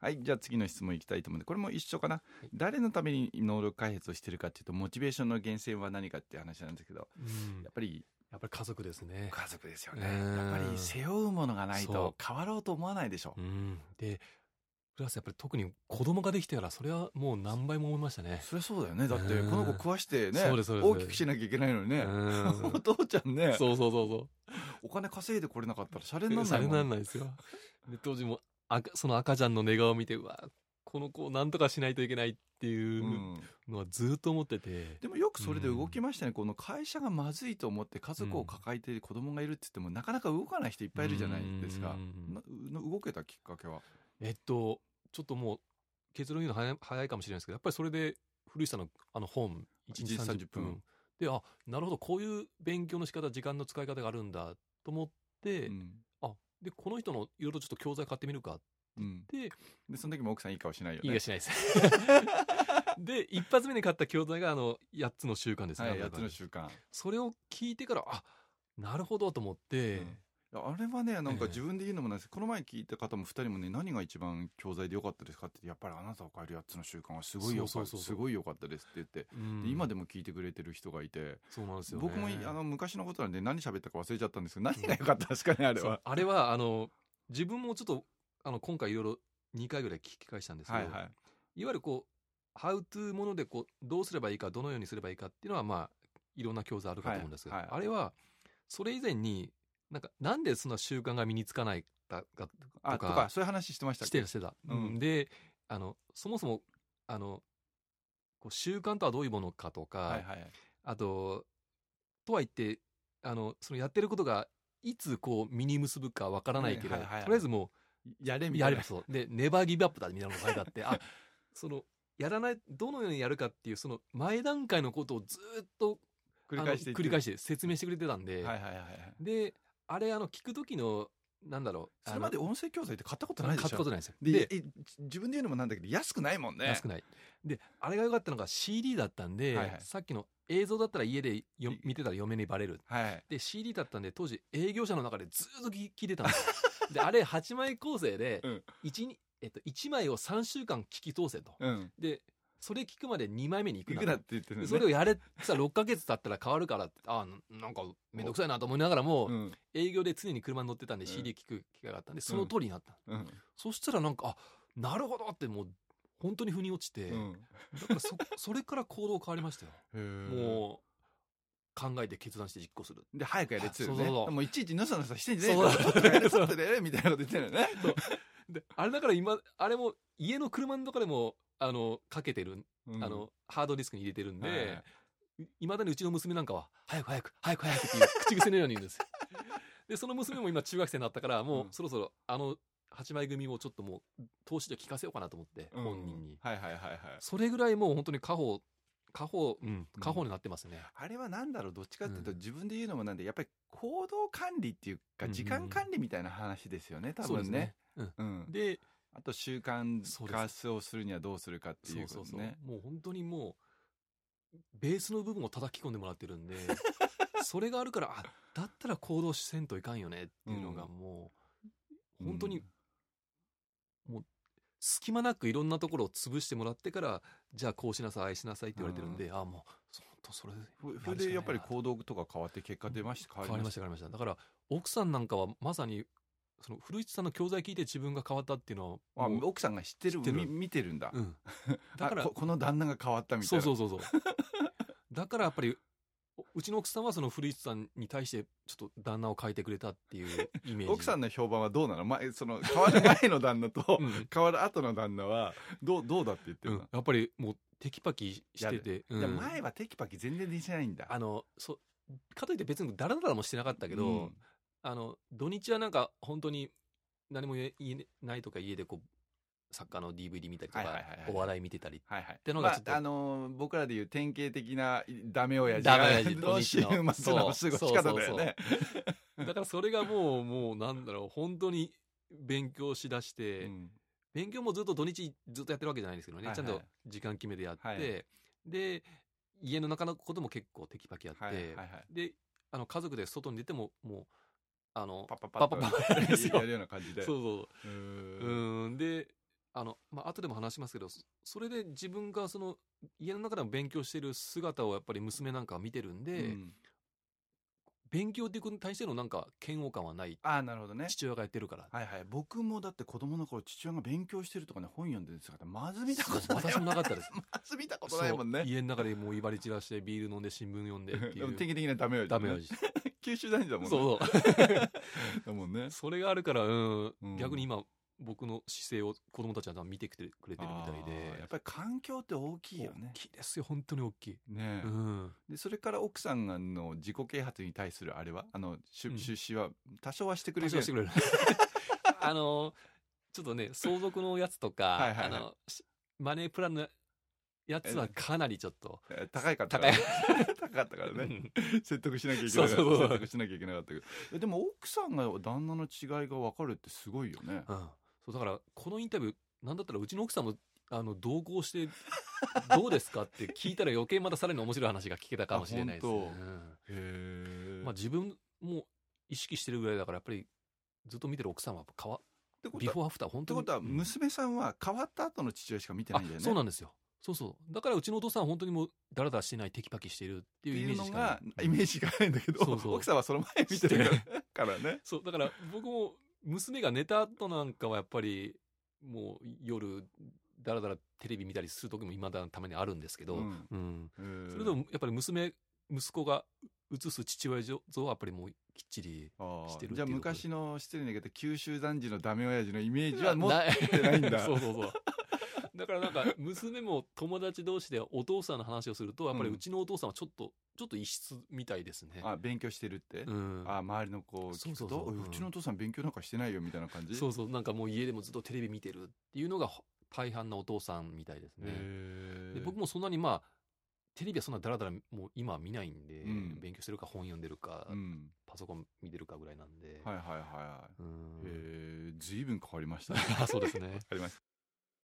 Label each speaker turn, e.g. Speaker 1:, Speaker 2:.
Speaker 1: はいじゃあ次の質問いきたいと思うんでこれも一緒かな、
Speaker 2: い
Speaker 1: 誰のために能力開発をしてるかっていうとモチベーションの源泉は何かっていう話なんですけど
Speaker 2: うん
Speaker 1: やっぱり
Speaker 2: やっぱり家族ですね。
Speaker 1: 家族ですよね、
Speaker 2: うん
Speaker 1: やっぱり背負うものがないと
Speaker 2: そ
Speaker 1: 変わろうと思わないでしょ、
Speaker 2: うん。で、プラスやっぱり特に子供ができてから、それはもう何倍も思いましたね。
Speaker 1: そりゃそうだよねだって
Speaker 2: うん
Speaker 1: この子食わしてね
Speaker 2: そうですそうです
Speaker 1: 大きくしなきゃいけないのにね、
Speaker 2: うん
Speaker 1: お父ちゃんね
Speaker 2: そうそうそうそう。
Speaker 1: お金稼いでこれなかったらシャレになら
Speaker 2: さ
Speaker 1: ない
Speaker 2: れ
Speaker 1: もん
Speaker 2: なんないですよ。で当時も赤その赤ちゃんの寝顔を見てうわこの子をなんとかしないといけないっていう
Speaker 1: うん
Speaker 2: のはずっと思ってて、
Speaker 1: でもよくそれで動きましたね、この会社がまずいと思って家族を抱えて子供がいるって言っても、なかなか動かない人いっぱいいるじゃないですか
Speaker 2: う、ん
Speaker 1: なの動けたきっかけは、
Speaker 2: えっとちょっともう結論言うの早い早いかもしれないですけどやっぱりそれで古市さんのあの本1日
Speaker 1: 一日
Speaker 2: 30
Speaker 1: 30
Speaker 2: 分
Speaker 1: 分
Speaker 2: であなるほどこういう勉強の仕方時間の使い方があるんだと思って、
Speaker 1: うん
Speaker 2: でこの人のいろいろちょっと教材買ってみるかっ
Speaker 1: うん、
Speaker 2: て
Speaker 1: でその時も奥さんいい顔しないよ
Speaker 2: いい
Speaker 1: ね
Speaker 2: がしないです。 で一発目に買った教材があの8つの習慣ですね。
Speaker 1: はい、
Speaker 2: あ
Speaker 1: 8
Speaker 2: なた
Speaker 1: つの習慣、
Speaker 2: それを聞いてからあなるほどと思って、
Speaker 1: うんあれはねなんか
Speaker 2: ええ
Speaker 1: 自分で言うのもなんですけど、この前聞いた方も2人もね何が一番教材で良かったですかってやっぱりあなたを変える8つの習慣はすごいよか
Speaker 2: そうそうそうそ
Speaker 1: す
Speaker 2: う
Speaker 1: ごい良かったですって言って。
Speaker 2: うん
Speaker 1: で今でも聞いてくれてる人がいて、
Speaker 2: そうなんですよね、
Speaker 1: 僕もいあの昔のことなんで何喋ったか忘れちゃったんですけど何が良かったですかねあれ
Speaker 2: そう
Speaker 1: は。
Speaker 2: あれはあの自分もちょっとあの今回いろいろ2回ぐらい聞き返したんですけど、
Speaker 1: はい
Speaker 2: い
Speaker 1: はい、
Speaker 2: わゆるこうハウトゥーものでこうどうすればいいかどのようにすればいいかっていうのはまあいろんな教材あるかと思うんですが、
Speaker 1: はいはい
Speaker 2: あれはそれ以前になんかなんでそんな習慣が身につかないかか
Speaker 1: あと
Speaker 2: とか
Speaker 1: かそういう話してましたっ
Speaker 2: し
Speaker 1: け
Speaker 2: てたしてた、
Speaker 1: う
Speaker 2: うんん、であのそもそもあのこう習慣とはどういうものかとか、
Speaker 1: はいはい
Speaker 2: あととは言ってあのそのやってることがいつこう身に結ぶかわからないけど、
Speaker 1: はいはいはいはい
Speaker 2: とりあえずも
Speaker 1: やれ
Speaker 2: う
Speaker 1: みた
Speaker 2: や
Speaker 1: い
Speaker 2: り
Speaker 1: な
Speaker 2: ますとで「ネバーギブアップだ」みたいなのが書いてあってあ そのやらないどのようにやるかっていうその前段階のことをずっと
Speaker 1: 繰り返していっ
Speaker 2: あの
Speaker 1: て
Speaker 2: 繰り返して説明してくれてたんで、
Speaker 1: はいはいはいはい
Speaker 2: であれあの聞く時のなんだろう
Speaker 1: それまで
Speaker 2: あの
Speaker 1: 音声教材って買ったことな
Speaker 2: 買
Speaker 1: い
Speaker 2: っ
Speaker 1: でしたょ
Speaker 2: ことないんですよ。
Speaker 1: でい自分で言うのもなんだけど安くないもんね
Speaker 2: 安くない。で、あれが良かったのが CD だったんで、
Speaker 1: はいはい
Speaker 2: さっきの映像だったら家でよ見てたら嫁にバレる。
Speaker 1: はい
Speaker 2: で、CD だったんで、当時営業者の中でずっと聞聞いてたんですよ。で、あれ8枚構成で
Speaker 1: うん、
Speaker 2: 一にえっと、1枚を3週間聞き通せと。
Speaker 1: うん
Speaker 2: で、それ聞くまで2枚目に行く
Speaker 1: い
Speaker 2: な
Speaker 1: くらって言ってるの
Speaker 2: で
Speaker 1: ね
Speaker 2: それをやれさ6ヶ 月経ったら変わるからってああなんかめんどくさいなと思いながらも、
Speaker 1: うん
Speaker 2: 営業で常に車に乗ってたんで
Speaker 1: うん
Speaker 2: CD 聞く機会があったんでその通りになった、
Speaker 1: うん
Speaker 2: そしたらなんかあなるほどってもう本当に腑に落ちて、
Speaker 1: うん
Speaker 2: だからそ それから行動変わりましたよ。
Speaker 1: へー
Speaker 2: もう考えて決断して実行する。
Speaker 1: で早くやれっつうの
Speaker 2: そう
Speaker 1: ね
Speaker 2: そうそう
Speaker 1: もういちいちのさのさしてんじゃねえ
Speaker 2: そう
Speaker 1: よちょっとやれちょっとやれみたいなこと言ってるよね
Speaker 2: であれだから今あれも家の車の中でもあのかけてる、
Speaker 1: うん
Speaker 2: あのハードディスクに入れてるん
Speaker 1: はい
Speaker 2: で、いまだにうちの娘なんかは早く早く早く早く っていう口癖のように言うんですよ。でその娘も今中学生になったからもう
Speaker 1: うん
Speaker 2: そろそろあの8枚組をちょっともう投資で聞かせようかなと思って、
Speaker 1: うん
Speaker 2: 本人に。
Speaker 1: はいはいはいはい
Speaker 2: それぐらいもう本当に家宝家宝うん
Speaker 1: うん
Speaker 2: 家宝になってますね。
Speaker 1: あれはなんだろうどっちかっていうと
Speaker 2: うん
Speaker 1: 自分で言うのもなんでやっぱり行動管理っていうか
Speaker 2: うん
Speaker 1: 時間管理みたいな話ですよね多
Speaker 2: そうです
Speaker 1: 分ね。
Speaker 2: うん
Speaker 1: うん
Speaker 2: で
Speaker 1: あと習慣
Speaker 2: そうです
Speaker 1: 化をするにはどうするかっていうこ
Speaker 2: そ
Speaker 1: と
Speaker 2: うそうそう
Speaker 1: ね。
Speaker 2: もう本当にもうベースの部分を叩き込んでもらってる んでそれがあるからあだったら行動しせんといかんよねっていうのがもう、本当
Speaker 1: う
Speaker 2: に
Speaker 1: ん
Speaker 2: 隙間なくいろんなところを潰してもらってからじゃあこうしなさいああしなさいって言われてるんで、あもうそ本当それ
Speaker 1: ふそれでやっぱり行動とか変わって結果出ました
Speaker 2: 変わりました変わりましただから奥さんなんかはまさにその古市さんの教材聞いて自分が変わったっていうのは
Speaker 1: あ
Speaker 2: もう
Speaker 1: 奥さんが知ってる
Speaker 2: 知ってる
Speaker 1: み見てるんだ、
Speaker 2: うん、だから
Speaker 1: あここの旦那が変わったみたい
Speaker 2: そう
Speaker 1: な
Speaker 2: そうそうそう だからやっぱりおうちの奥さんはその古市さんに対してちょっと旦那を変えてくれたっていうイメージ
Speaker 1: 奥さんの評判はどうなの前その変わる前の旦那と
Speaker 2: うん
Speaker 1: 変わる後の旦那はどうどうだって言って
Speaker 2: う
Speaker 1: る
Speaker 2: ん
Speaker 1: の、
Speaker 2: やっぱりもうテキパキし
Speaker 1: や
Speaker 2: て
Speaker 1: る
Speaker 2: て、
Speaker 1: じゃあ
Speaker 2: うん
Speaker 1: 前はテキパキ全然できないんだ
Speaker 2: あのそかといって別にダラダラもしてなかったけど、
Speaker 1: うん
Speaker 2: あの土日はなんか本当に何も言え言えないとか家でこうサッカーの DVD 見たりとか、
Speaker 1: はいはいはいはい
Speaker 2: お笑い見てたり
Speaker 1: はいはい
Speaker 2: てのがちょっと
Speaker 1: まああのー僕らでいう典型的なダメ親父
Speaker 2: ダメ親父
Speaker 1: の週末の過ごし
Speaker 2: そう
Speaker 1: 方だよね
Speaker 2: だからそれがもうもうなんだろう本当に勉強しだして、
Speaker 1: うん
Speaker 2: 勉強もずっと土日ずっとやってるわけじゃないんですけどね、
Speaker 1: はいはい
Speaker 2: ちゃんと時間決めてやって、
Speaker 1: はい
Speaker 2: で家の中のことも結構テキパキやって、
Speaker 1: はいはいはい
Speaker 2: であの家族で外に出てももうあの
Speaker 1: パッパッパッ
Speaker 2: パッパッパッ
Speaker 1: とやるような感じで
Speaker 2: そうそ
Speaker 1: う
Speaker 2: う
Speaker 1: ーん
Speaker 2: うんであの、まあ、後でも話しますけど、そそれで自分がその、家の中でも勉強してる姿をやっぱり娘なんかは見てるんで、
Speaker 1: うん
Speaker 2: 勉強っていうことに対してのなん か 嫌悪感はない。
Speaker 1: ああなるほどね
Speaker 2: 父親がやってるから。
Speaker 1: はいはい僕もだって子供の頃父親が勉強してるとかね本読んでるんですからまず見たことない
Speaker 2: 私もなかったです。
Speaker 1: まず見たことないもん
Speaker 2: そう
Speaker 1: ね
Speaker 2: 家の中でもう威張り散らしてビール飲んで新聞読んでってい
Speaker 1: でも典
Speaker 2: う。
Speaker 1: 型的なダメよ
Speaker 2: ダメ味。
Speaker 1: 九州男児だ もんね
Speaker 2: そうそう。
Speaker 1: だもんね
Speaker 2: それがあるから、うん、
Speaker 1: うん
Speaker 2: 逆に今、僕の姿勢を子供たちは多分見てくれてるみたい
Speaker 1: あーやっ
Speaker 2: で。
Speaker 1: ぱり環境って大きいよね
Speaker 2: 大きいですよ、本当に大きい。
Speaker 1: ねえ
Speaker 2: うん。
Speaker 1: でそれから奥さんがの自己啓発に対するあれはあの出
Speaker 2: うん
Speaker 1: 出資は多少はしてくれる
Speaker 2: 多少してくれる。 あの、ちょっとね、相続のやつとか、
Speaker 1: はいはいはい
Speaker 2: あの、しマネープランのやつはかなりちょっと、
Speaker 1: えー高いかったか
Speaker 2: 高い
Speaker 1: ら。 高かったからね説得しなきゃいけ
Speaker 2: そ
Speaker 1: な
Speaker 2: う
Speaker 1: い
Speaker 2: そうそう
Speaker 1: 説得しなきゃいけなかったけどえでも奥さんが旦那の違いが分かるってすごいよね
Speaker 2: うん、そうだからこのインタビューなんだったらうちの奥さんもあの同 行してどうですかって聞いたら余計またさらに面白い話が聞けたかもしれないですね、
Speaker 1: あ本
Speaker 2: うん
Speaker 1: へえ
Speaker 2: まあ、自分も意識してるぐらいだからやっぱりずっと見てる奥さんはやっぱ変わ
Speaker 1: てこと
Speaker 2: ビ
Speaker 1: は
Speaker 2: フォーアフター本
Speaker 1: って
Speaker 2: 当に
Speaker 1: ことは
Speaker 2: うん
Speaker 1: 娘さんは変わった後の父親しか見てないんだよ
Speaker 2: あ
Speaker 1: ね
Speaker 2: そうなんんですよそうそうだからうちのお父さんは本当にもうダラダラしてないテキパキしてるって
Speaker 1: って
Speaker 2: いうイ
Speaker 1: いう
Speaker 2: メージ
Speaker 1: の
Speaker 2: しか
Speaker 1: が
Speaker 2: ない
Speaker 1: イメージがないんだけど
Speaker 2: そうそう
Speaker 1: 奥さんはその前見てる
Speaker 2: 知っ
Speaker 1: からね
Speaker 2: そう、だから僕も娘が寝た後なんかはやっぱり、もう夜、だらだらテレビ見たりする時も今だためにあるんですけど、
Speaker 1: う
Speaker 2: うんん。
Speaker 1: へー
Speaker 2: それでもやっぱり娘、息子が映す父親像はやっぱりもうきっちり。
Speaker 1: あー
Speaker 2: してるっていう
Speaker 1: じゃあ
Speaker 2: ことで
Speaker 1: 昔の失礼な言い方九州男児のダメ親父のイメージはもう
Speaker 2: な
Speaker 1: てないんだ
Speaker 2: そうそうそう。だからなんか娘も友達同士でお父さんの話をすると、やっぱり
Speaker 1: うん
Speaker 2: うちのお父さんはちょっと、ちょっと異質みたいですね。
Speaker 1: あ勉強してるって、
Speaker 2: うん。
Speaker 1: あ周りの子を聞くと
Speaker 2: そうそうそう
Speaker 1: おいうちのお父さん勉強なんかしてないよみたいな感じ
Speaker 2: そうそう、なんかもう家でもずっとテレビ見てるっていうのがほ大半なお父さんみたいですね。
Speaker 1: へ
Speaker 2: で
Speaker 1: ー
Speaker 2: 僕もそんなにまあテレビはそんなダラダラもう今は見ないんで、
Speaker 1: うん
Speaker 2: 勉強してるか本読んでるか、
Speaker 1: うん、
Speaker 2: パソコン見てるかぐらいなんで、
Speaker 1: はいはいはいは
Speaker 2: う
Speaker 1: い
Speaker 2: ん
Speaker 1: へえ随分変わりましたね
Speaker 2: あそうですね
Speaker 1: 変わりまし